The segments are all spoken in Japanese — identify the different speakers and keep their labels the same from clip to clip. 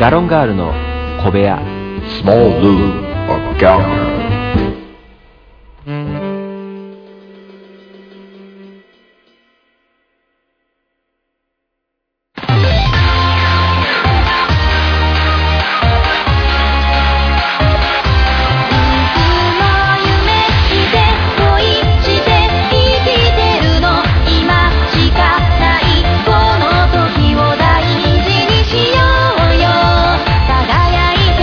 Speaker 1: ガロンガールの小部屋
Speaker 2: Small Lou of Gallagher.
Speaker 3: いつも夢見て恋して生きてるの今しかないこの時を大事にしようよ輝いて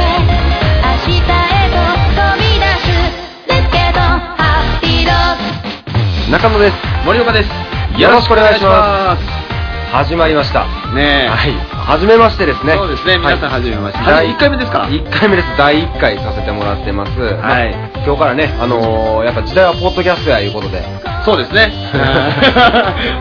Speaker 3: 明日へと飛び出すレッケとハッピーロック
Speaker 4: 中野です
Speaker 5: 森岡です
Speaker 4: よろしくお願いします始まりました
Speaker 5: ねえ、
Speaker 4: はい初めましてですね
Speaker 5: そうですね皆さん
Speaker 4: はい
Speaker 5: 初めまして、
Speaker 4: はい
Speaker 5: 1回目ですか
Speaker 4: 一回目です第1回させてもらってます、
Speaker 5: は
Speaker 4: ま
Speaker 5: い
Speaker 4: あ今日からねあのーやっぱ時代はポッドキャストやいうことで
Speaker 5: そうです ね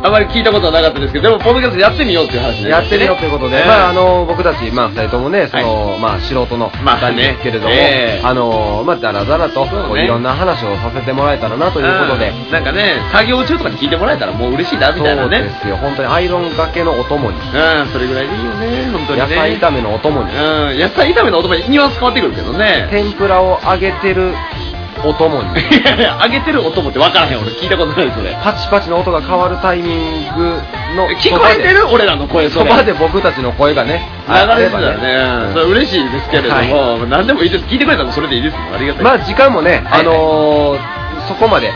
Speaker 5: あまり聞いたことはなかったですけどでもポッドキャストやってみようっていう話ね
Speaker 4: やってみようということで、
Speaker 5: ね
Speaker 4: まああの僕たち、まあ、二人ともねその、まあ、素人の
Speaker 5: まあ
Speaker 4: 二人ですけれども、
Speaker 5: ねえ
Speaker 4: あのまあ、だらだらと
Speaker 5: そうね
Speaker 4: こういろんな話をさせてもらえたらなということで、
Speaker 5: うんなんかね作業中とかに聞いてもらえたらもう嬉しいなみたい
Speaker 4: そ
Speaker 5: な
Speaker 4: うで
Speaker 5: ね
Speaker 4: すよ本当にアイロンがけのお供に、
Speaker 5: うんそれぐらいでいいよね本当に
Speaker 4: 野
Speaker 5: ね
Speaker 4: 菜炒めのお供に、
Speaker 5: うん野菜炒めのお供にニュアンス変わってくるけどね
Speaker 4: 天ぷらを揚げてるお供に
Speaker 5: いやい や揚げてるお供って分からへん俺聞いたことないそれ
Speaker 4: パチパチの音が変わるタイミングの
Speaker 5: 聞こえてる俺らの声
Speaker 4: そ
Speaker 5: そ
Speaker 4: ば
Speaker 5: れ
Speaker 4: でそばで僕たちの声がね
Speaker 5: 流れてた
Speaker 4: あれば
Speaker 5: らね、それ嬉しいですけれども、何でもいいです、聞いてくれたらそれでいいですもん、ありがたい。
Speaker 4: まあ時間もね、
Speaker 5: は
Speaker 4: あ
Speaker 5: いはい
Speaker 4: のーそこまで
Speaker 5: うん、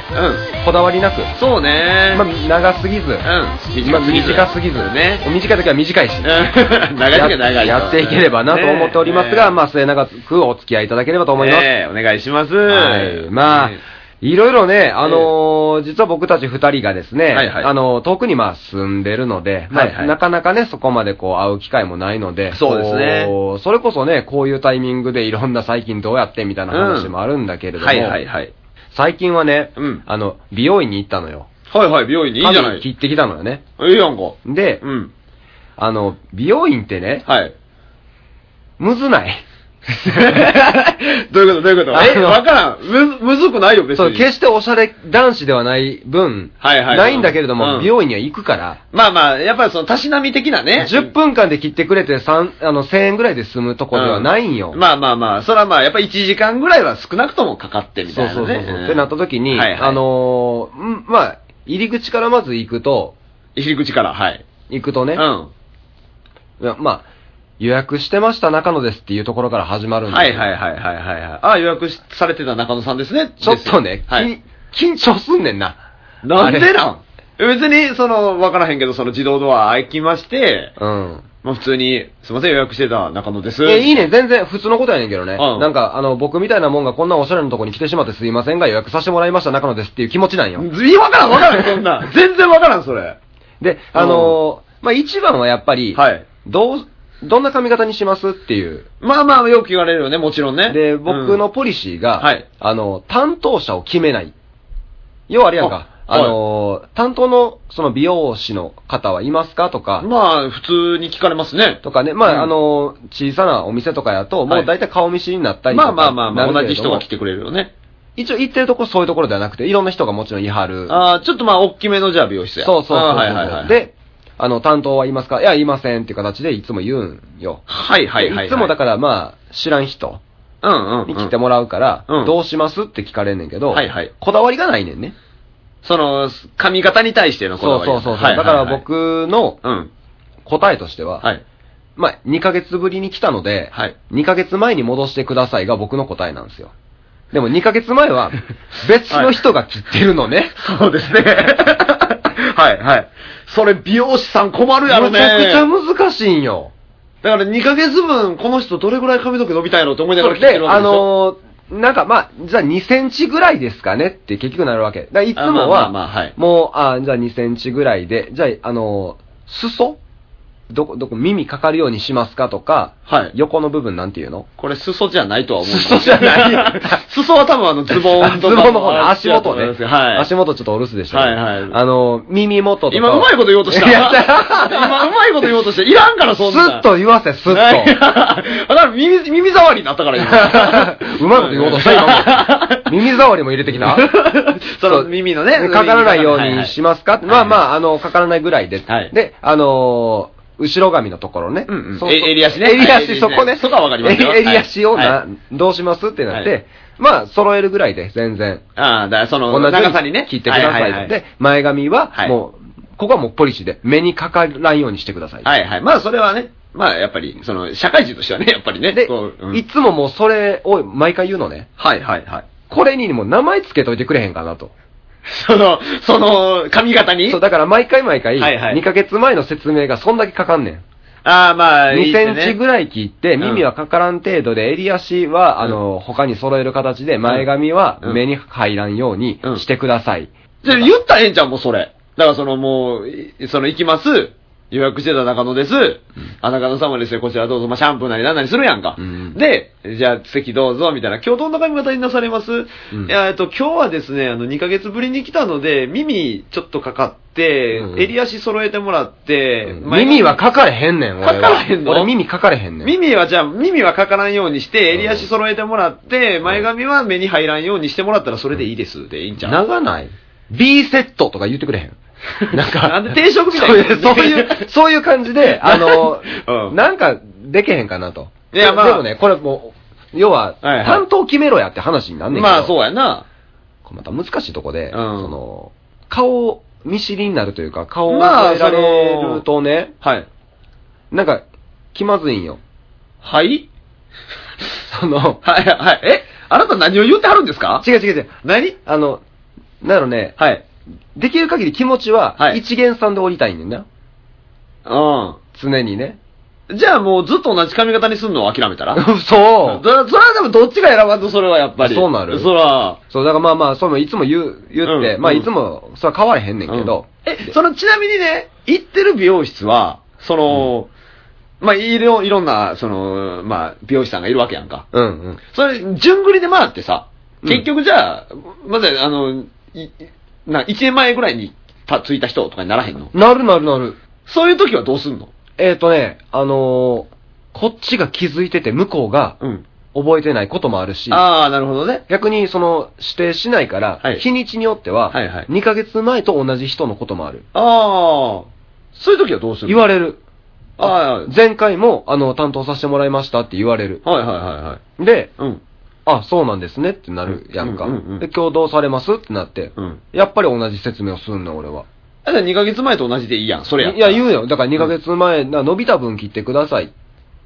Speaker 4: こだわりなく、
Speaker 5: そうね、
Speaker 4: まあ、長すぎず、
Speaker 5: うん、
Speaker 4: まあ短すぎず
Speaker 5: ね、
Speaker 4: 短い時は短いし、
Speaker 5: うん 長い時は長いと
Speaker 4: ややっていければなと思っておりますが、
Speaker 5: ね
Speaker 4: まあ、末永くお付き合いいただければと思います。
Speaker 5: ねお願いします。
Speaker 4: はい、まあ
Speaker 5: ね、
Speaker 4: いろいろね、あのー実は僕たち二人がですね、
Speaker 5: はいはい
Speaker 4: あのー遠くにまあ住んでるので、まあ
Speaker 5: はいはい
Speaker 4: なかなかね、そこまでこう会う機会もないので、
Speaker 5: そうですね
Speaker 4: こうそれこそね、こういうタイミングでいろんな最近どうやってみたいな話もあるんだけれども、
Speaker 5: はいはいはい。
Speaker 4: 最近はね、
Speaker 5: うん
Speaker 4: あの、美容院に行ったのよ。
Speaker 5: はいはい、美容院でいいじゃない。
Speaker 4: 髪切ってきたのよね。
Speaker 5: いいやんか。
Speaker 4: で、
Speaker 5: うん。
Speaker 4: あの、美容院ってね、
Speaker 5: はい。
Speaker 4: むずない。
Speaker 5: どういうことどういうこと
Speaker 4: あ
Speaker 5: え、
Speaker 4: の
Speaker 5: わからん。む、むずくないよ、別
Speaker 4: そう、
Speaker 5: に。
Speaker 4: 決しておしゃれ男子ではない分、
Speaker 5: はいはいはい
Speaker 4: ないんだけれども、
Speaker 5: うん
Speaker 4: 美容院には行くから、
Speaker 5: まあまあ、やっぱりその、たしなみ的なね。
Speaker 4: 10分間で切ってくれて三あの1000円ぐらいで済むとこではないんよ。
Speaker 5: まあまあまあ、それはまあ、やっぱ1時間ぐらいは少なくともかかってみた
Speaker 4: そ
Speaker 5: いう
Speaker 4: そ
Speaker 5: な、ね。
Speaker 4: うそうそう、
Speaker 5: ん
Speaker 4: ってなった時に、
Speaker 5: はいはい
Speaker 4: あのーうんまあ、入り口からまず行くと、
Speaker 5: 入り口から、はい。
Speaker 4: 行くとね
Speaker 5: う、ん。
Speaker 4: いやまあ、予約してました中野ですっていうところから始まるんで、
Speaker 5: はいはいはいはいはいはい。あ、予約しされてた中野さんですね。
Speaker 4: ちょっとね
Speaker 5: です、はい。
Speaker 4: き緊張すんねんな。
Speaker 5: なんでな
Speaker 4: あ
Speaker 5: ん別に、その、わからへんけど、その自動ドア開きまして、
Speaker 4: うん。
Speaker 5: まあ普通に、すいません、予約してた中野です。
Speaker 4: え、いいね、全然普通のことやねんけどね。
Speaker 5: うん
Speaker 4: なんか、あの、僕みたいなもんがこんなおしゃれなとこに来てしまってすいませんが予約させてもらいました中野ですっていう気持ちなんよ。
Speaker 5: ずいわからんわからん、そ んな。全然わからん、それ。
Speaker 4: で、あのーまあ、一番はやっぱり、
Speaker 5: はい
Speaker 4: どう、どんな髪型にしますっていう。
Speaker 5: まあまあ、よく言われるよね、もちろんね。
Speaker 4: で、僕
Speaker 5: う
Speaker 4: の
Speaker 5: ん、
Speaker 4: ポリシーが、
Speaker 5: はい
Speaker 4: あの、担当者を決めない。要はあれやんか、
Speaker 5: あ
Speaker 4: あ
Speaker 5: はい
Speaker 4: のー担当の、その美容師の方はいますかとか、
Speaker 5: まあ、普通に聞かれますね。
Speaker 4: とかね、まあ、
Speaker 5: うん
Speaker 4: あのー小さなお店とかやと、も
Speaker 5: は
Speaker 4: う
Speaker 5: い
Speaker 4: 大体顔見知りになったりと
Speaker 5: ま
Speaker 4: か
Speaker 5: あまあまあまあ、
Speaker 4: な
Speaker 5: 同
Speaker 4: るけれ
Speaker 5: じ人
Speaker 4: ども
Speaker 5: が来てくれるよね。
Speaker 4: 一応行ってるとこそういうところではなくて、いろんな人がもちろんいはる。
Speaker 5: ああ、ちょっとまあ、大きめのじゃあ美容室や。
Speaker 4: そうそうそうそう、
Speaker 5: あーはいはいはい。、
Speaker 4: で、あの、担当はいますかいや、いませんっていう形でいつも言うんよ。
Speaker 5: はいはいはいはい。
Speaker 4: いつもだ
Speaker 5: ら、
Speaker 4: からまあ、知らん人
Speaker 5: うんうん、うん。
Speaker 4: に来てもらうから、
Speaker 5: うん
Speaker 4: どうしますって聞かれんねんけど、
Speaker 5: はいはい
Speaker 4: こだわりがないねんね。
Speaker 5: その、髪型に対してのこだ
Speaker 4: そ
Speaker 5: わ
Speaker 4: う
Speaker 5: り
Speaker 4: そうそう
Speaker 5: や
Speaker 4: そう、
Speaker 5: はいはい
Speaker 4: だか
Speaker 5: はい
Speaker 4: ら、僕の
Speaker 5: うん。
Speaker 4: 答えとしては、
Speaker 5: はい。
Speaker 4: まあ、2ヶ月ぶりに来たので、
Speaker 5: はい
Speaker 4: 2ヶ月前に戻してくださいが僕の答えなんですよ。でも2ヶ月前 は、別の人が切ってるのね。
Speaker 5: そうです ね。はいはい。それ、美容師さん困るやろ
Speaker 4: め
Speaker 5: ね。
Speaker 4: ちゃくちゃ難しいんよ。
Speaker 5: だから2ヶ月分、この人どれぐらい髪の毛伸びたんやろって思いながら聞いて
Speaker 4: で
Speaker 5: る、わけ
Speaker 4: あ
Speaker 5: でしょ。
Speaker 4: のーなんかまあ、じゃあ2センチぐらいですかねって結局なるわけ。だからいつ
Speaker 5: あまあ
Speaker 4: も
Speaker 5: まあ
Speaker 4: は、
Speaker 5: まあはい
Speaker 4: もう、あじゃあ2センチぐらいで、じゃあ、あのー裾どこ、どこ、耳かかるようにしますかとか、
Speaker 5: はい
Speaker 4: 横の部分なんていうの
Speaker 5: これ、裾じゃないとは思うんです
Speaker 4: 裾じゃない
Speaker 5: 裾は多分あの、ズボン
Speaker 4: ズ
Speaker 5: と
Speaker 4: ボン
Speaker 5: か
Speaker 4: の方の足元ね。
Speaker 5: はい。
Speaker 4: 足元ちょっとお留守でしたけど、
Speaker 5: はいはい
Speaker 4: あのー耳元とか。
Speaker 5: 今うまいこと言おうとした。
Speaker 4: や
Speaker 5: 今うまいこと言おうとした。いらんから、そん
Speaker 4: ス
Speaker 5: な。
Speaker 4: ッと言わせ、 スッ
Speaker 5: はいだ
Speaker 4: と。
Speaker 5: から耳、耳障りになったから今。
Speaker 4: うまいこと言おうとした、今も。耳障りも入れてきた
Speaker 5: その耳のね
Speaker 4: かからないようにしますか、
Speaker 5: はいはい
Speaker 4: まあまあ、あの、かからないぐらいで。
Speaker 5: はい
Speaker 4: で、あのー後ろ髪のところね。
Speaker 5: うんうん
Speaker 4: そう
Speaker 5: え襟足ね
Speaker 4: 襟
Speaker 5: はい
Speaker 4: 足、
Speaker 5: 襟足
Speaker 4: そこ
Speaker 5: ね
Speaker 4: ね。
Speaker 5: そこはわかりますよ
Speaker 4: え襟足をな
Speaker 5: は
Speaker 4: どうしますってなっ
Speaker 5: は
Speaker 4: て
Speaker 5: い、
Speaker 4: まあ、揃えるぐらいで、全然。
Speaker 5: ああ、だからその、
Speaker 4: 同じよ
Speaker 5: 長
Speaker 4: う
Speaker 5: さにね。
Speaker 4: 切ってくだ
Speaker 5: は
Speaker 4: さ。
Speaker 5: はいはい
Speaker 4: で、前髪は
Speaker 5: は、い
Speaker 4: もう、ここはもうポリシーで、目にかからんようにしてください。
Speaker 5: はいはい。まあ、それはね、まあ、やっぱり、その、社会人としてはね、やっぱりね。
Speaker 4: で
Speaker 5: こうう、ん
Speaker 4: いつももうそれを毎回言うのね。
Speaker 5: はいはいはい。
Speaker 4: これにも名前つけといてくれへんかなと。
Speaker 5: その、その、髪型に
Speaker 4: そう、だから毎回毎回、
Speaker 5: はいはい
Speaker 4: 2ヶ月前の説明がそんだけかかんねん。
Speaker 5: ああ、まあ、
Speaker 4: 2センチぐ
Speaker 5: らい。
Speaker 4: らい切って、
Speaker 5: うん
Speaker 4: 耳はかからん程度で、襟足は、あの、他に揃える形で、前髪は
Speaker 5: うん
Speaker 4: 目に入らんように
Speaker 5: うん
Speaker 4: してください。
Speaker 5: じゃあ言ったらええんちゃうもうそれ。だからそのもう、いその行きます。予約してた中野です。あ、中野様ですね、こちらどうぞ。まあ、シャンプーなりなんなりするやんか。
Speaker 4: うん
Speaker 5: で、じゃあ席どうぞ、みたいな。今日どんな髪型になされます、
Speaker 4: ん
Speaker 5: いや、えっと、今日はですね、あの、2ヶ月ぶりに来たので、耳ちょっとかかって、
Speaker 4: うん
Speaker 5: 襟足揃えてもらって、前髪
Speaker 4: 耳はかかれへんねん、俺は。
Speaker 5: かからへんの
Speaker 4: 俺耳かかれへんねん。
Speaker 5: 耳はじゃあ、耳はかからんようにして、襟足揃えてもらって、
Speaker 4: ん
Speaker 5: 前髪は目に入らんようにしてもらったらそれでいいです。で、いいんちゃう
Speaker 4: 長ない ?B セットとか言ってくれへん。 なんか、
Speaker 5: なんで定食みたい
Speaker 4: そう
Speaker 5: な
Speaker 4: いう、そう いう、そういう感じで、あの、
Speaker 5: うん
Speaker 4: なんか、でけへんかなと。
Speaker 5: いやまあ
Speaker 4: でもね、これもう、要は、
Speaker 5: はいはい
Speaker 4: 担当決めろやって話になんねんけど
Speaker 5: まあ、そうやな。
Speaker 4: これまた難しいとこで、
Speaker 5: ん
Speaker 4: その、顔見知りになるというか、顔を
Speaker 5: まあ
Speaker 4: 覚えられるとね、
Speaker 5: はい。
Speaker 4: なんか、気まずいんよ。
Speaker 5: はい
Speaker 4: その、
Speaker 5: はい、はい。えあなた何を言ってはるんですか
Speaker 4: 違う違う違う。
Speaker 5: 何
Speaker 4: あの、なのね、
Speaker 5: はい。
Speaker 4: できる限り気持ちは、
Speaker 5: はい
Speaker 4: 一元さんで降りたいねんだよな。
Speaker 5: う
Speaker 4: 常にね。
Speaker 5: ん。じゃあもうずっと同じ髪型にするのを諦めたら
Speaker 4: そう。
Speaker 5: そそれはでもどっちが選ばんとそれはやっぱり。
Speaker 4: そうなる
Speaker 5: そら。
Speaker 4: そう、だからまあまあ、それもいつも言う、言って、
Speaker 5: うん
Speaker 4: まあ
Speaker 5: うん
Speaker 4: いつも、それは変われへんねんけど、
Speaker 5: うんえ、そのちなみにね、行ってる美容室は、その、まあ、いろ、いろんな、その、まあ、美容師さんがいるわけやんか。
Speaker 4: うん、うん
Speaker 5: それ、順繰りで回ってさ、
Speaker 4: うん
Speaker 5: 結局じゃあ、まず、あの、いな、1年前ぐらいにたついた人とかにならへんの
Speaker 4: なるなるなる。
Speaker 5: そういう時はどうすんの
Speaker 4: えっ、ー、とね、あのーこっちが気づいてて、向こうが
Speaker 5: うん。
Speaker 4: 覚えてないこともあるし、
Speaker 5: ああ、なるほどね。
Speaker 4: 逆にその指定しないから、
Speaker 5: はい
Speaker 4: 日にちによっては、
Speaker 5: はいはい
Speaker 4: 2ヶ月前と同じ人のこともある。
Speaker 5: ああ、そういう時はどうするの
Speaker 4: 言われる。
Speaker 5: ああ、ぜ
Speaker 4: 前回も、あの、担当させてもらいましたって言われる。
Speaker 5: はいはいはいはい。
Speaker 4: で、
Speaker 5: うん。
Speaker 4: あ、そうなんですねってなるやんか。
Speaker 5: うんうんうんうん
Speaker 4: で、共同されますってなって、
Speaker 5: うん。
Speaker 4: やっぱり同じ説明をすんの、俺は。
Speaker 5: あ、じゃあ2ヶ月前と同じでいいやん、それや
Speaker 4: いや、言う
Speaker 5: よ。
Speaker 4: よ。だから2ヶ月前、な伸びた分切ってくださいって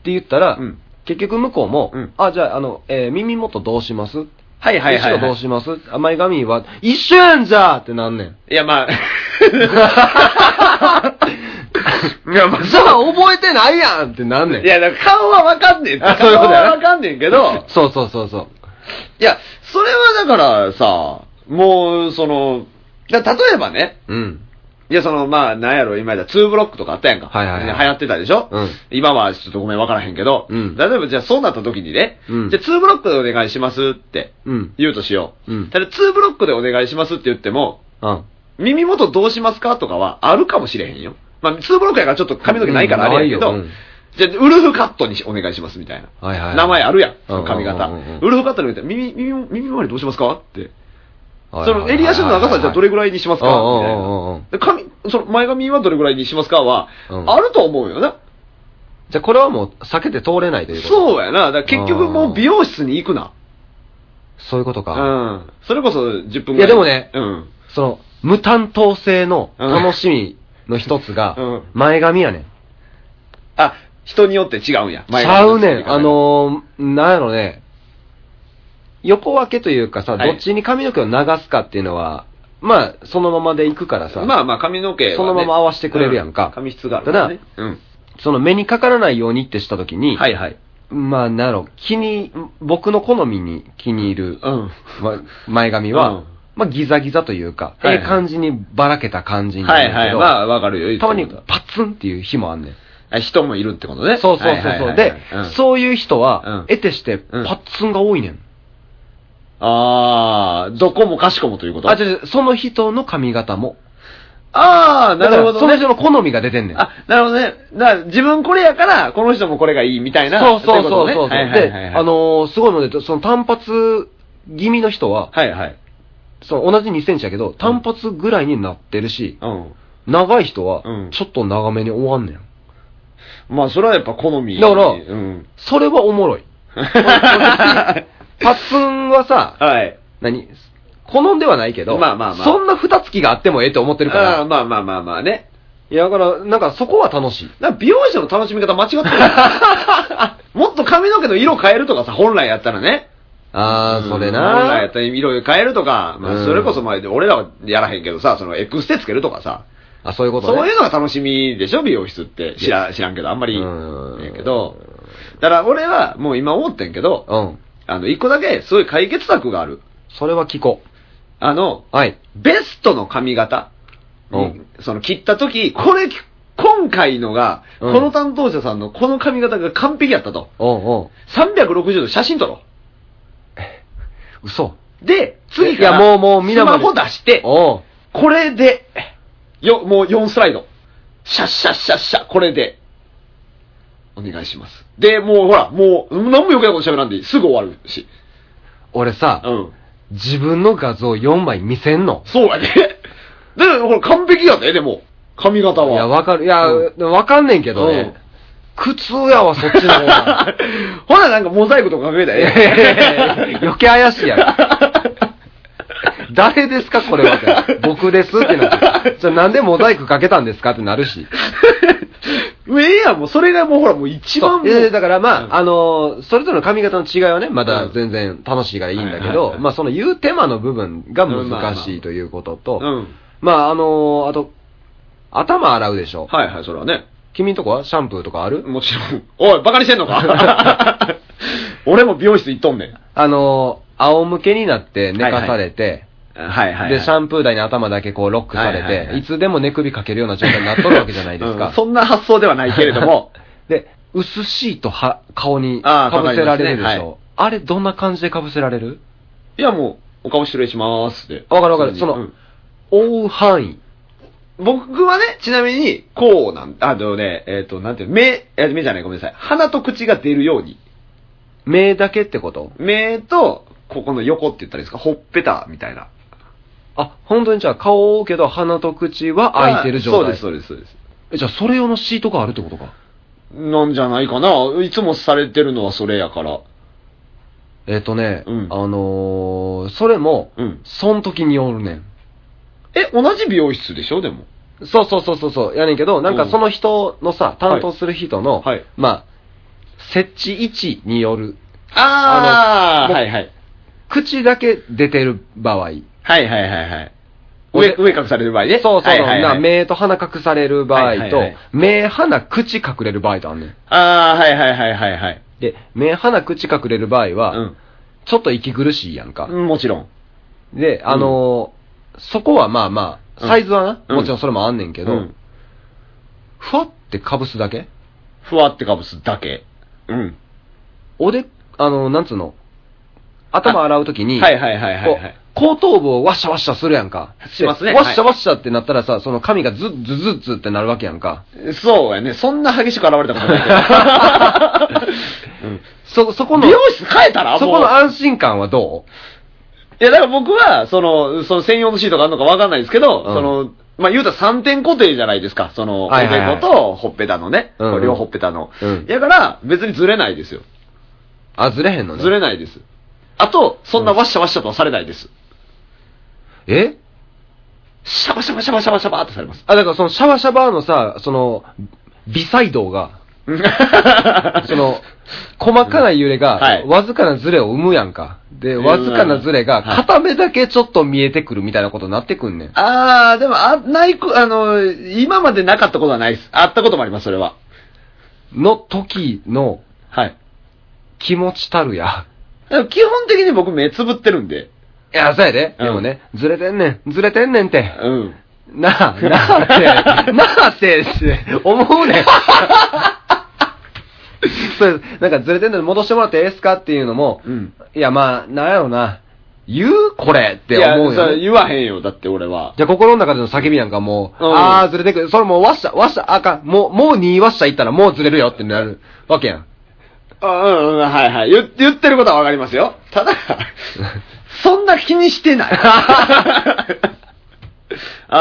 Speaker 4: 言ったら、
Speaker 5: うん
Speaker 4: 結局向こうも、
Speaker 5: うん
Speaker 4: あ、じゃあ、あの、えー耳元どうします
Speaker 5: はいはいは
Speaker 4: 後
Speaker 5: い、
Speaker 4: ろど
Speaker 5: は
Speaker 4: うします甘い髪は、一緒やんじゃーってなんねん。
Speaker 5: い。いや、まあ、
Speaker 4: いや、まあ、じゃあ覚えてないやんってなんねん。
Speaker 5: いや、だから顔はわかんねん。
Speaker 4: あそういうこと
Speaker 5: 顔
Speaker 4: やな
Speaker 5: はわかんねんけど、
Speaker 4: そうそうそうそう。
Speaker 5: いや、それはだからさ、もう、その、だ例えばね、
Speaker 4: うん。
Speaker 5: いや、その、まあ、なんやろ、今やったら2ブロックとかあったやんか。
Speaker 4: はいはいはい
Speaker 5: 流行ってたでしょ
Speaker 4: うん
Speaker 5: 今はちょっとごめん、わからへんけど。
Speaker 4: うん
Speaker 5: 例えば、じゃあそうなった時にね、
Speaker 4: うん
Speaker 5: じゃあ2ブロックでお願いしますって
Speaker 4: うん。
Speaker 5: 言うとしよう。
Speaker 4: うん
Speaker 5: ただ2ブロックでお願いしますって言っても、
Speaker 4: うん。
Speaker 5: 耳元どうしますかとかはあるかもしれへんよ。まあ、2ブロックやからちょっと髪の毛ないからあれやけ
Speaker 4: う
Speaker 5: ど、
Speaker 4: んないよ
Speaker 5: じゃあ、ウルフカットにお願いしますみたいな。
Speaker 4: はいはい
Speaker 5: 名前あるやん、その髪型。
Speaker 4: うんうんうんうん
Speaker 5: ウルフカットに言うて、耳、耳、耳周りどうしますかって。
Speaker 4: はい
Speaker 5: その、襟足の長さじゃあどれぐらいにしますかみ
Speaker 4: うん
Speaker 5: たい
Speaker 4: うんうんう。
Speaker 5: なんで髪、その前髪はどれぐらいにしますかは、
Speaker 4: うん
Speaker 5: あると思うよな。
Speaker 4: じゃあこれはもう避けて通れないということう。
Speaker 5: そうやな。だから結局もう美容室に行くな。
Speaker 4: そういうこと
Speaker 5: う
Speaker 4: か。
Speaker 5: ん。それこそ10分ぐらい。
Speaker 4: いやでもね
Speaker 5: うん。
Speaker 4: その、無担当性の楽しみの一つが
Speaker 5: うん、
Speaker 4: 前髪やねん。
Speaker 5: あ、人によって違うんや。
Speaker 4: ちゃうね
Speaker 5: 髪の作り
Speaker 4: ん。
Speaker 5: 方
Speaker 4: あのー、なんやろね、横分けというかさ、
Speaker 5: はい
Speaker 4: どっちに髪の毛を流すかっていうのは、まあ、そのままでいくからさ、
Speaker 5: まあまあ髪の毛はね、
Speaker 4: そのまま合わせてくれるやんか
Speaker 5: う髪質があるからね。うん。
Speaker 4: その目にかからないようにってしたときに、
Speaker 5: はいはい。
Speaker 4: まあ、なんやろ、気に、僕の好みに気に入る、
Speaker 5: うん。
Speaker 4: ま前髪は、
Speaker 5: うん
Speaker 4: まあ、ギザギザというか、
Speaker 5: はいはい
Speaker 4: ええ感じにばらけた感じにな
Speaker 5: は
Speaker 4: る
Speaker 5: い
Speaker 4: んだ
Speaker 5: は
Speaker 4: け
Speaker 5: い。
Speaker 4: ど、
Speaker 5: まあわかるよ。
Speaker 4: たまにパツンっていう日もあんねん。
Speaker 5: あ人もいるってことね。
Speaker 4: そうそうそう
Speaker 5: はいはい
Speaker 4: そ
Speaker 5: は
Speaker 4: う。
Speaker 5: い
Speaker 4: で、
Speaker 5: うん
Speaker 4: そういう人
Speaker 5: うん
Speaker 4: は、得てして、パ
Speaker 5: うん
Speaker 4: ッツンが多いねん。
Speaker 5: ああ、どこもかしこもということ
Speaker 4: あ、違う違う、その人の髪型も。
Speaker 5: ああ、なるほ
Speaker 4: だか
Speaker 5: ど
Speaker 4: ら
Speaker 5: ね。
Speaker 4: その人の好みが出てんねん。
Speaker 5: あ、なるほどね。だから自分これやから、この人もこれがいいみたいな。
Speaker 4: そうそうそう
Speaker 5: って
Speaker 4: そ
Speaker 5: こ
Speaker 4: う。
Speaker 5: とねはいは
Speaker 4: で、
Speaker 5: いはいはい
Speaker 4: あ、のーすごいので、その単発気味の人は、
Speaker 5: はいはい。
Speaker 4: その同じ2センチやけど、単発ぐらいになってるし、
Speaker 5: うん。
Speaker 4: 長い人は
Speaker 5: うん、
Speaker 4: ちょっと長めに終わんねん。
Speaker 5: まあ、それはやっぱ好み。
Speaker 4: だから
Speaker 5: うん。
Speaker 4: それはお もろい。パッツンはさ、
Speaker 5: はい。
Speaker 4: 何好んではないけど、
Speaker 5: まあまあまあ
Speaker 4: そんな二つきがあってもええと思ってるか
Speaker 5: ああ
Speaker 4: ら、
Speaker 5: まあまあまあまあね。
Speaker 4: いや、だから、なんかそこは楽しい。
Speaker 5: なんか美容師の楽しみ方間違って る。もっと髪の毛の色変えるとかさ、本来やったらね。
Speaker 4: あー、それ
Speaker 5: うん本来や
Speaker 4: な
Speaker 5: ったら色変えるとか、ま
Speaker 4: う
Speaker 5: あ、
Speaker 4: ん
Speaker 5: それこそ、まあ、俺らはやらへんけどさ、そのエクステつけるとかさ。
Speaker 4: あ、そういうことね。
Speaker 5: そういうのが楽しみでしょ、美容室って。知ら知らんけど、あんまり。
Speaker 4: うん
Speaker 5: やけど。だから俺は、もう今思ってんけど、
Speaker 4: うん。
Speaker 5: あの、一個だけ、すごい解決策がある。
Speaker 4: それは聞こ
Speaker 5: あの、
Speaker 4: う。はい。
Speaker 5: ベストの髪型。
Speaker 4: うん
Speaker 5: その、切った時、これ、今回のが、
Speaker 4: うん
Speaker 5: この担当者さんのこの髪型が完璧やったと。
Speaker 4: おうおう。
Speaker 5: 360度写真撮ろ
Speaker 4: 嘘。
Speaker 5: う。で、次
Speaker 4: い
Speaker 5: から、
Speaker 4: やもうもう皆
Speaker 5: ス
Speaker 4: ま
Speaker 5: マ
Speaker 4: で
Speaker 5: ホ出して、
Speaker 4: おう。
Speaker 5: これで、よ、もう4スライド。シャッシャッシャッシャッ、これで。お願いします。で、もうほら、もう、何も余計なこと喋らんでいい。すぐ終わるし。
Speaker 4: 俺さ、
Speaker 5: うん。
Speaker 4: 自分の画像4枚見せんの。
Speaker 5: そうやね。で、ほら、完璧やで、でも。髪型は。
Speaker 4: いや、わかる。いや、
Speaker 5: う
Speaker 4: わかんねんけどね。苦痛やわ、そっちの方 が。
Speaker 5: ほら、なんかモザイクとかかけた
Speaker 4: いやいやいや
Speaker 5: らええやん
Speaker 4: 余計怪しいやろ。誰ですか、これは。僕ですってなって。じゃあなんでモザイクかけたんですかってなるし。
Speaker 5: もうええやん、もうそれがもうほら、もう一番
Speaker 4: そ
Speaker 5: も
Speaker 4: う
Speaker 5: う
Speaker 4: いやいやだからまあ、
Speaker 5: うん
Speaker 4: あのーそれぞれの髪型の違いはね、まだ
Speaker 5: うん
Speaker 4: 全然楽しいからいいんだけ
Speaker 5: はいはいはい
Speaker 4: ど
Speaker 5: は、い
Speaker 4: まあその言う手間の部分が
Speaker 5: うんま
Speaker 4: 難
Speaker 5: あまあ
Speaker 4: しいということと、
Speaker 5: うん。
Speaker 4: まああのーあと、頭洗うでしょ。
Speaker 5: はいはい、それはね。
Speaker 4: 君んとこはシャンプーとかある
Speaker 5: もちろん。おい、バカにしてん のか俺も美容室行っとんねん。
Speaker 4: あのー仰向けになって寝かされて、
Speaker 5: はいはい。
Speaker 4: で、シャンプー台に頭だけこうロックされ
Speaker 5: はいはいは
Speaker 4: て、
Speaker 5: い
Speaker 4: いつでも寝首かけるような状態になっとるわけじゃないです
Speaker 5: うん
Speaker 4: か。
Speaker 5: そんな発想ではないけれど も、
Speaker 4: で、薄シートは顔に
Speaker 5: あー
Speaker 4: かぶせられるで
Speaker 5: かか
Speaker 4: し
Speaker 5: りますねは
Speaker 4: ょ。あれどんな感じでかぶせられる
Speaker 5: いやもう、お顔失礼しますって。
Speaker 4: わかるわかるその
Speaker 5: うん
Speaker 4: 覆う範囲。
Speaker 5: 僕はね、ちなみに、こうなん、あのね、えっ、と、なんていうの、目、え目じゃない、ごめんなさい。鼻と口が出るように。
Speaker 4: 目だけってこと
Speaker 5: 目と、ここの横って言ったらいいですか、ほっぺたみたいな。
Speaker 4: あ、本当にじゃあ顔を覆うけど鼻と口は開いてる状態。
Speaker 5: あそうです、そうです、そうです。
Speaker 4: えじゃあそれ用のシートがあるってことか。
Speaker 5: なんじゃないかな。いつもされてるのはそれやから。
Speaker 4: えっ、とね、
Speaker 5: うん
Speaker 4: あのー、それも、
Speaker 5: うん。
Speaker 4: そん時によるねん。
Speaker 5: え、同じ美容室でしょ、でも。
Speaker 4: そうそうそうそうそう、やねんけど、なん
Speaker 5: う
Speaker 4: か
Speaker 5: ん
Speaker 4: その人のさ、担当する人の、
Speaker 5: はいはい
Speaker 4: まあ、設置位置による、
Speaker 5: あ
Speaker 4: あの
Speaker 5: はいはい。
Speaker 4: 口だけ出てる場合、
Speaker 5: はいはいはいはい。
Speaker 4: 俺
Speaker 5: 上、上隠される場合ね。
Speaker 4: そうそう、
Speaker 5: はいはいはい
Speaker 4: な目と鼻隠される場合と、
Speaker 5: はいはいはい
Speaker 4: 目、鼻、口隠れる場合とあんねん。
Speaker 5: ああ、はいはいはいはいはい。
Speaker 4: で、目、鼻、口隠れる場合は、
Speaker 5: う
Speaker 4: ちょっと息苦しいやんか。
Speaker 5: ん。もちろん。
Speaker 4: で、あのーそこはまあまあ、サイズはな、
Speaker 5: うん
Speaker 4: もちろんそれもあんねんけど、
Speaker 5: うん
Speaker 4: ふわってかぶすだけ
Speaker 5: ふわってかぶすだけ。うん。
Speaker 4: おで、あのーなんつうの、頭洗うときに、
Speaker 5: はいはいはいはい
Speaker 4: こ
Speaker 5: はい。
Speaker 4: う後頭部をワッシャワッシャするやんか。
Speaker 5: しますね
Speaker 4: でワッシャワッシャってなったらさ、その髪がズッズズッズってなるわけやんか。
Speaker 5: そうやね。そんな激しく現れたことな いけど。
Speaker 4: そ、そこ
Speaker 5: うん
Speaker 4: の、
Speaker 5: 美容室変えたら
Speaker 4: そ
Speaker 5: もう
Speaker 4: この安心感はど
Speaker 5: いや、だから僕は、その、その専用のシートがあるのかわかんないですけど、
Speaker 4: うん
Speaker 5: その、まあ、言うたら3点固定じゃないですか。その、お
Speaker 4: はいはいはい
Speaker 5: でこと、ほっぺたのね。
Speaker 4: うんうん
Speaker 5: 両ほっぺたの。
Speaker 4: うん
Speaker 5: やから、別にずれないですよ。
Speaker 4: うあ、ずれへんのね。
Speaker 5: ずれないです。あと、そんなワッシャワッシャとはされないです。
Speaker 4: え
Speaker 5: シャバシャバシャバシャバシャバってされます。
Speaker 4: あ、だからそのシャワシャバーのさ、その、微細動が、その、細かな揺れが、
Speaker 5: はい
Speaker 4: わずかなズレを生むやんか。で、
Speaker 5: うん
Speaker 4: わずかなズレが、
Speaker 5: はい
Speaker 4: 片目だけちょっと見えてくるみたいなことになってくんねん。
Speaker 5: あー、でも、あ、ないこ、あの、今までなかったことはないです。あったこともあります、それは。
Speaker 4: の時の
Speaker 5: はい。
Speaker 4: 気持ちたるや。
Speaker 5: でも基本的に僕目つぶってるんで。
Speaker 4: いや、そうやで。
Speaker 5: うん
Speaker 4: でもね、ずれてんねん、ずれてんねんって。
Speaker 5: うん。
Speaker 4: なあ、なあって、なあって、って思うねん。 そうなんかずれてんのに戻してもらってええですかっていうのも、
Speaker 5: うん。
Speaker 4: いや、まあ、なんやろな。言うこれって思う
Speaker 5: いや
Speaker 4: よ、
Speaker 5: それ
Speaker 4: ね。
Speaker 5: 言わへんよ、だって俺は。
Speaker 4: じゃあ、心の中での叫びなんかもう、
Speaker 5: うん
Speaker 4: あー、ずれてくる。それもう、わっしゃ、わっしゃ、あかん。もう、もう2わっしゃいったらもうずれるよってなるわけやん。
Speaker 5: あうんうん、はいはい。言言ってることはわかりますよ。た だ、そんな気にしてない。あ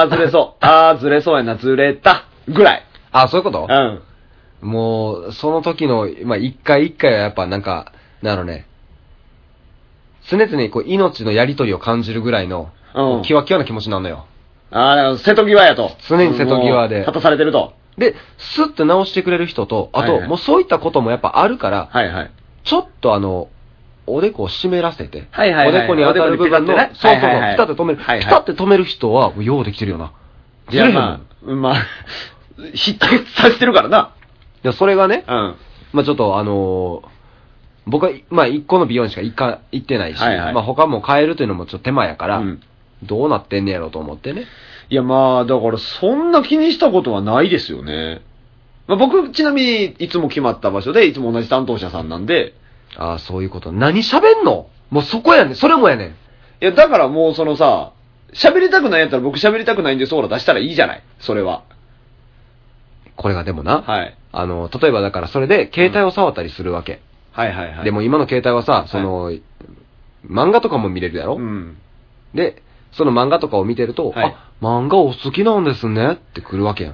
Speaker 5: ーずれそう。あーずれそうやな、ずれた。ぐらい。
Speaker 4: あー、そういうこと
Speaker 5: うん。
Speaker 4: もう、その時の、まあ、一回一回はやっぱなんか、なのね、常々こう、命のやりとりを感じるぐらいの、
Speaker 5: うん
Speaker 4: キワキワな気持ちになるのよ。
Speaker 5: ああ、だから瀬戸際やと。
Speaker 4: 常に瀬戸際で
Speaker 5: もう立たされてると。
Speaker 4: で、スッて直してくれる人と、あと、
Speaker 5: はいはい
Speaker 4: もうそういったこともやっぱあるから、
Speaker 5: はいはい。
Speaker 4: ちょっとあの、おでこを湿らせて、
Speaker 5: はいはいはい
Speaker 4: おでこに当たる部分の、
Speaker 5: おでこにピ
Speaker 4: そ
Speaker 5: タ
Speaker 4: う
Speaker 5: ッ
Speaker 4: そう
Speaker 5: て
Speaker 4: そう、
Speaker 5: ねはいはいは
Speaker 4: ピ
Speaker 5: い
Speaker 4: タッて止める、
Speaker 5: はいはい
Speaker 4: ピタッて止める人は、もうようできてるよな。
Speaker 5: いや、
Speaker 4: ずれへんもん
Speaker 5: まあ、まあ、 必定させてるからな。
Speaker 4: でそれがね、
Speaker 5: うん。
Speaker 4: まあちょっとあのー僕は、まあ一個の美容院しか行か行ってないし、
Speaker 5: はいはい
Speaker 4: まあ他も変えるというのもちょっと手間やから、
Speaker 5: うん
Speaker 4: どうなってんねやろうと思ってね。
Speaker 5: いや、まあ、だから、そんな気にしたことはないですよね。まあ、僕、ちなみに、いつも決まった場所で、いつも同じ担当者さんなんで、
Speaker 4: ああ、そういうこと。何喋んのもうそこやねん。それもやねん。
Speaker 5: いや、だからもう、そのさ、喋りたくないんやったら、僕喋りたくないんで、ソーラ出したらいいじゃない。それは。
Speaker 4: これがでもな、
Speaker 5: はい。
Speaker 4: あの、例えばだからそれで携帯を触ったりするわけ。
Speaker 5: はいはいはい。
Speaker 4: でも今の携帯はさ、その、漫画とかも見れるやろ、
Speaker 5: うん。
Speaker 4: で、その漫画とかを見てると、
Speaker 5: はい
Speaker 4: あ、漫画お好きなんですねって来るわけやん。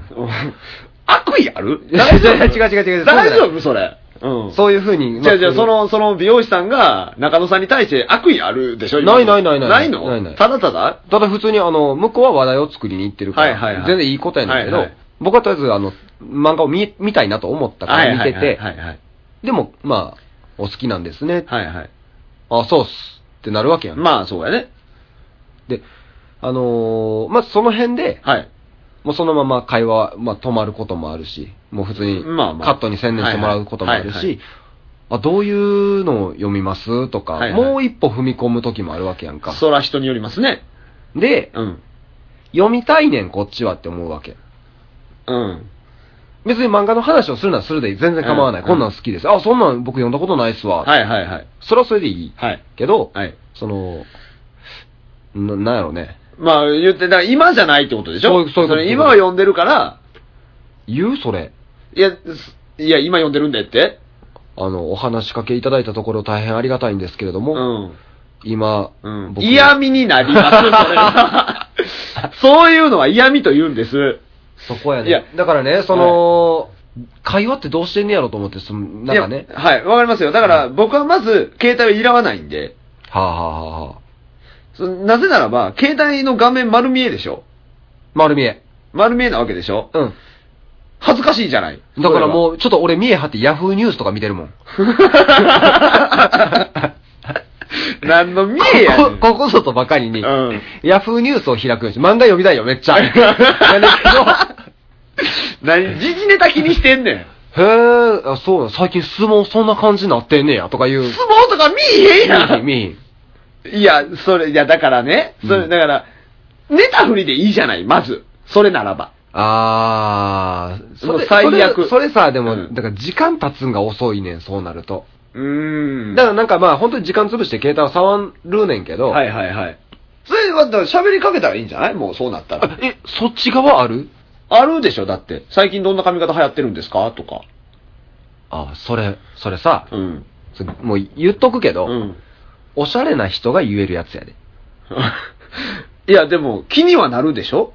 Speaker 5: 悪意ある
Speaker 4: 違う違う違う違う
Speaker 5: 大丈夫それ。うん。
Speaker 4: そういうふうに。
Speaker 5: じゃあじゃあ、その、その美容師さんが中野さんに対して悪意あるでしょ今
Speaker 4: ないないないない
Speaker 5: ないの
Speaker 4: ないない
Speaker 5: ただただ
Speaker 4: ただ普通にあの、向こうは話題を作りに行ってるから、
Speaker 5: はいはいはい
Speaker 4: 全然いいことやねんけど、
Speaker 5: はいはい
Speaker 4: 僕はとりあえずあの、漫画を見、見たいなと思ったから見てて、
Speaker 5: はいはい
Speaker 4: でも、まあ、お好きなんですね。
Speaker 5: はい。はいはい。
Speaker 4: あ、そうっす。ってなるわけやん。
Speaker 5: まあ、そうやね。
Speaker 4: で、あのーまあその辺で、
Speaker 5: はい。
Speaker 4: もうそのまま会話、まあ止まることもあるし、もう普通に
Speaker 5: まあまあ
Speaker 4: カットに専念してもらうこともある
Speaker 5: はいはい
Speaker 4: し、あどういうのを読みますとか、
Speaker 5: はいはい
Speaker 4: もう一歩踏み込む時もあるわけやんか。
Speaker 5: そら人によりますね。
Speaker 4: で、
Speaker 5: うん。
Speaker 4: 読みたいねん、こっちはって思うわけ。
Speaker 5: うん。
Speaker 4: 別に漫画の話をするならするでいい。全然構わない。
Speaker 5: うん
Speaker 4: こんなん好きです。あ、そんなん僕読んだことないっすわ。
Speaker 5: はいはいはい。
Speaker 4: それはそれでいい。
Speaker 5: はい。
Speaker 4: けど、
Speaker 5: はい。
Speaker 4: その、ななんやろね。
Speaker 5: まあ、言って、だから今じゃないってことでし
Speaker 4: そ
Speaker 5: ょ
Speaker 4: うそういうこと
Speaker 5: れ今は読んでるから、
Speaker 4: 言うそれ。
Speaker 5: いや、すいや、今読んでるんだって。
Speaker 4: あの、お話しかけいただいたところ大変ありがたいんですけれど
Speaker 5: う
Speaker 4: も、
Speaker 5: ん。
Speaker 4: 今、
Speaker 5: うん。
Speaker 4: 僕
Speaker 5: 嫌味になります、それ はそういうのは嫌味と言うんです。
Speaker 4: そこやね。
Speaker 5: いや
Speaker 4: だからね、その、会話ってどうしてんねやろと思って、そのなんかね
Speaker 5: い。やはい、わかりますよ。だから、僕はまず、携帯をいらわないんで、
Speaker 4: はあ、はあはあはあ、
Speaker 5: そなぜならば、携帯の画面丸見えでしょ
Speaker 4: 丸見え。
Speaker 5: 丸見えなわけでしょ
Speaker 4: うん。
Speaker 5: 恥ずかしいじゃない。
Speaker 4: だから
Speaker 5: う、
Speaker 4: もう、ちょっと俺見え張ってヤフーニュースとか見てるもん。
Speaker 5: 何の見えやねん
Speaker 4: ここここぞとばかりに、
Speaker 5: うん
Speaker 4: ヤフーニュースを開くようにし漫画読みたいよ、めっちゃ。 やねんけ
Speaker 5: 何、時事ネタ気にしてんねん。
Speaker 4: ど、 へえ、あそうなん、最近相撲そんな感じになってんねや、とかいう。
Speaker 5: 相撲とか見えへんやん。
Speaker 4: 見えへん
Speaker 5: いや、それ、いや、だからね、それ、
Speaker 4: うん
Speaker 5: だから、ネタ振りでいいじゃない、まず。それならば。
Speaker 4: あー、そ
Speaker 5: もう
Speaker 4: れ
Speaker 5: 最悪
Speaker 4: それそれさ、でも、
Speaker 5: うん
Speaker 4: だから時間経つんが遅いねん、そうなると。
Speaker 5: うーん
Speaker 4: だからなんかまあ、本当に時間潰して携帯を触るねんけど、
Speaker 5: はいはいはい。それは、だから喋りかけたらいいんじゃないもうそうなったら
Speaker 4: あ。え、そっち側ある
Speaker 5: あるでしょだって。最近どんな髪型流行ってるんですかとか。
Speaker 4: あ、それ、それさ、
Speaker 5: うん。
Speaker 4: そもう言っとくけ
Speaker 5: う
Speaker 4: ど、
Speaker 5: ん。
Speaker 4: おしゃれな人が言えるやつやで。
Speaker 5: いや、でも、気にはなるでしょ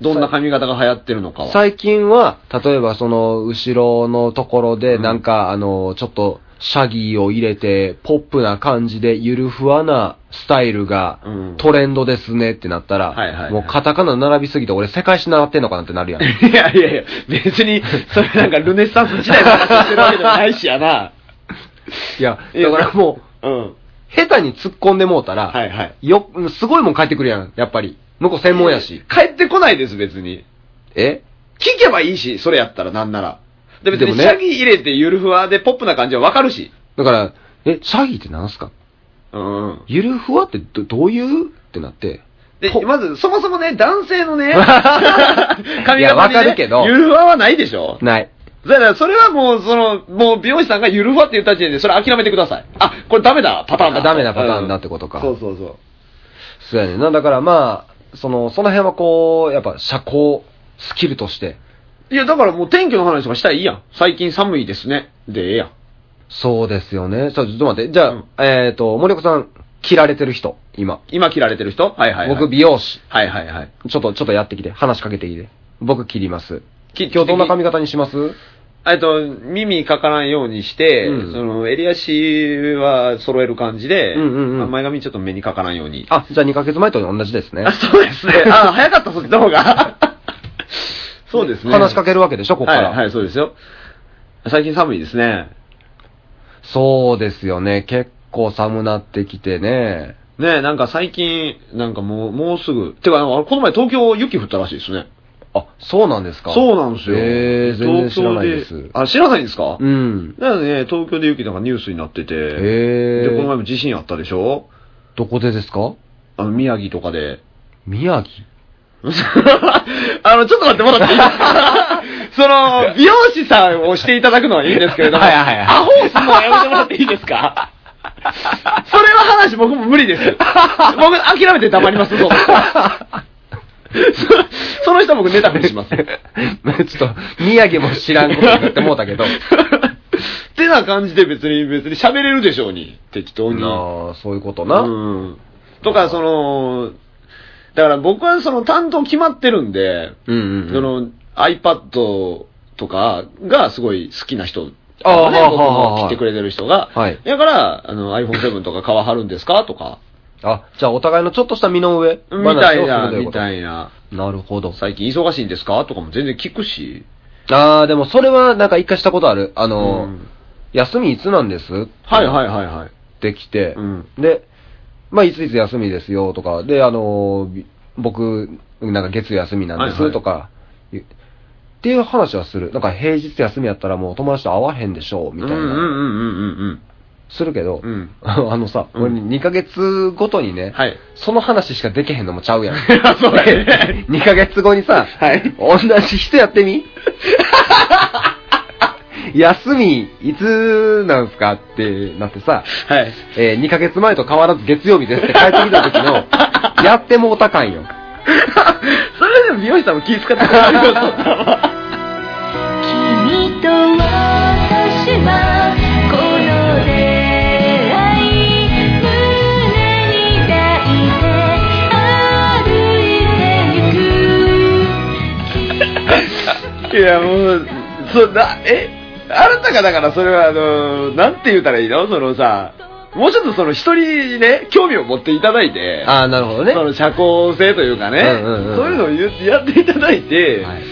Speaker 5: どんな髪型が流行ってるのかは。
Speaker 4: 最近は、例えばその、後ろのところで、
Speaker 5: うん
Speaker 4: なんか、あの、ちょっと、シャギーを入れて、ポップな感じで、ゆるふわなスタイルが
Speaker 5: うん、
Speaker 4: トレンドですねってなったら、
Speaker 5: はいはいはい
Speaker 4: もうカタカナ並びすぎて、俺世界史習ってんのかなってな るやん。
Speaker 5: いやいやいや、別に、それなんかルネッサンス時代の話してるわけでもないしやな。
Speaker 4: いや、だからもう、
Speaker 5: う、うん。
Speaker 4: 下手に突っ込んでもうたら、
Speaker 5: はいはい。
Speaker 4: よ、すごいもん返ってくるやん、やっぱり。向こう専門やし。
Speaker 5: 帰ってこないです、別に。
Speaker 4: え
Speaker 5: 聞けばいいし、それやったらなんなら。で、別
Speaker 4: で
Speaker 5: に
Speaker 4: もね
Speaker 5: シャギ入れてゆるふわでポップな感じはわかるし。
Speaker 4: だから、え、シャギーってなんすか
Speaker 5: うんうん。
Speaker 4: ゆるふわってどどういうってなって。
Speaker 5: で、
Speaker 4: ほ
Speaker 5: まず、そもそもね、男性 のね、髪
Speaker 4: いや
Speaker 5: 型
Speaker 4: わ
Speaker 5: に、
Speaker 4: か
Speaker 5: ね、
Speaker 4: るけ ど
Speaker 5: ゆるふわはないでしょ
Speaker 4: ない。
Speaker 5: だから、それはもう、その、もう美容師さんがゆるふわって言った時点で、それ諦めてください。あ、これダメだ、パターンだ。
Speaker 4: あダメなパターンだってことか
Speaker 5: うんそうそうそう。
Speaker 4: そうやねんな。だからまあ、その、その辺はこう、やっぱ社交スキルとして、
Speaker 5: いや、だからもう天気の話とかしたらいいやん。最近寒いですね。で、ええやん。
Speaker 4: そうですよね。そうちょっと待って。じゃあ、
Speaker 5: うん
Speaker 4: えっ、と、森岡さん、切られてる人、今。
Speaker 5: 今切られてる人はいはいはい。
Speaker 4: 僕、美容師。
Speaker 5: はいはいはい。
Speaker 4: ちょっと、ちょっとやってきて。話しかけてきて。僕、切ります。
Speaker 5: き
Speaker 4: 今日どんな髪型にします
Speaker 5: えっと、耳かからんようにして、
Speaker 4: うん
Speaker 5: その、襟足は揃える感じで、
Speaker 4: うんうんうん
Speaker 5: 前髪ちょっと目にかからんように。
Speaker 4: あ、じゃあ2ヶ月前と同じですね
Speaker 5: あ、。 そうで すね。あ、早かった、そっちの方が。そうですね。
Speaker 4: 話しかけるわけでしょ、ここから。
Speaker 5: はい、はい、そうですよ。最近寒いですね。
Speaker 4: そうですよね。結構寒なってきてね。
Speaker 5: ねえなんか最近、なんかもう、もうすぐ。てか、あのこの前東京雪降ったらしいですね。
Speaker 4: あ、そうなんですか
Speaker 5: そうなんですよ。
Speaker 4: えー、全然知らないです。
Speaker 5: 東京あ、知らないんですか
Speaker 4: うん。
Speaker 5: なのでね、東京で雪なんかニュースになってて、
Speaker 4: え
Speaker 5: で、この前
Speaker 4: ー、
Speaker 5: も地震あったでしょ
Speaker 4: どこでですか
Speaker 5: あの、宮城とかで。
Speaker 4: 宮城
Speaker 5: あの、ちょっと待って、もらっていいですかその、美容師さんをしていただくのはいいんですけれども、
Speaker 4: はいはいはい
Speaker 5: アホをするのはやめてもらっていいです かそれは話僕も無理です。僕諦めて黙りますぞ。 そその人は僕ネタにします。
Speaker 4: ちょっと、宮城も知らんことになってもうた けど。
Speaker 5: ってな感じで別に、別に喋れるでしょうに、適当に。
Speaker 4: なあ、そういうことな。
Speaker 5: うん。とか、その、だから僕はその担当決まってるんで、
Speaker 4: うんうんうん
Speaker 5: その iPad とかがすごい好きな人。
Speaker 4: ああ
Speaker 5: ね
Speaker 4: はあ
Speaker 5: 僕
Speaker 4: はあはあ
Speaker 5: の来てくれてる人が。
Speaker 4: はい
Speaker 5: だから、あの iPhone7 とか買わはるんですかとか。
Speaker 4: あ、じゃあお互いのちょっとした身の上
Speaker 5: みたい
Speaker 4: 話を
Speaker 5: な、
Speaker 4: するとう
Speaker 5: み
Speaker 4: こと
Speaker 5: たいな。
Speaker 4: なるほど。
Speaker 5: 最近忙しいんですかとかも全然聞くし。
Speaker 4: ああ、でもそれはなんか一回したことある。あの、
Speaker 5: うん
Speaker 4: 休みいつなんです
Speaker 5: はいはいはいはい。
Speaker 4: ってきて、
Speaker 5: うん
Speaker 4: で、まあ、いついつ休みですよとか、で、あのーび僕、なんか月曜休みなんで
Speaker 5: はいは
Speaker 4: す
Speaker 5: い
Speaker 4: とか、いっていう話はする。なんか平日休みやったらもう友達と会わへんでしょう、みたいな。
Speaker 5: うんうんうんうん
Speaker 4: するけど、
Speaker 5: うんうん。うん。
Speaker 4: あのさ、
Speaker 5: うん
Speaker 4: 俺2ヶ月ごとにね、
Speaker 5: はい。
Speaker 4: その話しかできへんのもちゃうやん。
Speaker 5: そう だね。
Speaker 4: 2ヶ月後にさ、
Speaker 5: はい
Speaker 4: 同じ人やってみ 休み、いつなんすかってなってさ、
Speaker 5: はい。
Speaker 4: えー、2ヶ月前と変わらず月曜日ですって帰ってきた時の、 やってもうた感よ。
Speaker 5: それでも美容師さんも気遣ってくれるよそんなの
Speaker 3: 君と私はこの出会い胸に抱いて歩いてゆく
Speaker 5: いや、もう、そ、な、え、あなたがだからそれは、あの、なんて言うたらいいのそのさ、もうちょっとその人にね、興味を持っていただいて、
Speaker 4: ああ、なるほどね。
Speaker 5: その社交性というかね、
Speaker 4: うんうんうん
Speaker 5: そういうのをゆやっていただいて、
Speaker 4: はい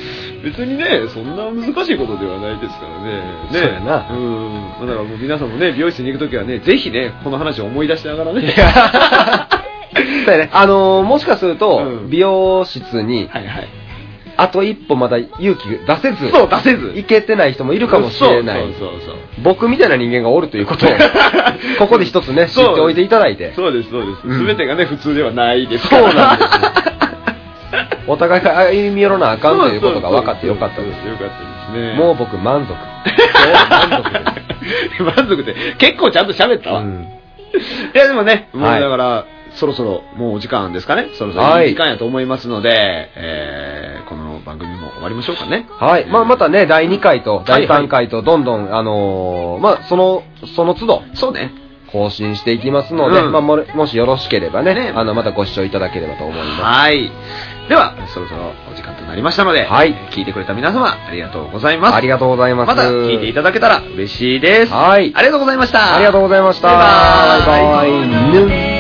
Speaker 5: 別にね、そんな難しいことではないですからね。ね
Speaker 4: そうやな
Speaker 5: うん。だからもう皆さんもね、美容室に行くときはね、ぜひね、この話を思い出しなが らね。
Speaker 4: そうやね。あのーもしかすると、
Speaker 5: うん
Speaker 4: 美容室に、
Speaker 5: はい はい。
Speaker 4: あと一歩まだ勇気出せず、
Speaker 5: そう、出せず。
Speaker 4: いけてない人もいるかもしれない。
Speaker 5: そうそうそうそう。
Speaker 4: 僕みたいな人間がおるということを、 ここで一つね、知って
Speaker 5: そう
Speaker 4: おいていただいて、
Speaker 5: そうです、そうです。す、
Speaker 4: うん
Speaker 5: べ、てがね、普通ではないですから。
Speaker 4: そうなんお互いが歩み寄らなあかんということが分かってよかった
Speaker 5: そう
Speaker 4: で
Speaker 5: そうそうよかったです
Speaker 4: す。
Speaker 5: ね。
Speaker 4: もう僕満足。今日満足です。
Speaker 5: う、 満足で。結構ちゃんと喋ったわ。
Speaker 4: うん
Speaker 5: いや、でもね、もう
Speaker 4: はい
Speaker 5: だから、そろそろ、もうお時間ですかね。そろそ
Speaker 4: はい
Speaker 5: ろいい時間やと思いますので、えー、この番組も終わりましょうかね。
Speaker 4: はい。まあ、またね、第2回と
Speaker 5: は
Speaker 4: 第
Speaker 5: いはい
Speaker 4: 3回と、どんどん、あのーまあ、その、その都度、
Speaker 5: そうね。
Speaker 4: 更新していきますので、
Speaker 5: うん
Speaker 4: まあ、もれもしよろしければね、
Speaker 5: ね
Speaker 4: あの、またご視聴いただければと思いま
Speaker 5: はい。では、そろそろお時間となりましたので、
Speaker 4: はい。
Speaker 5: 聞いてくれた皆様、ありがとうございますす。
Speaker 4: ありがとうございます。
Speaker 5: また聞いていただけたら嬉しいです。
Speaker 4: は
Speaker 5: あり
Speaker 4: い。
Speaker 5: がとうございました。
Speaker 4: ありがとうございました。
Speaker 5: バイバイ
Speaker 4: バイバイ。ぬ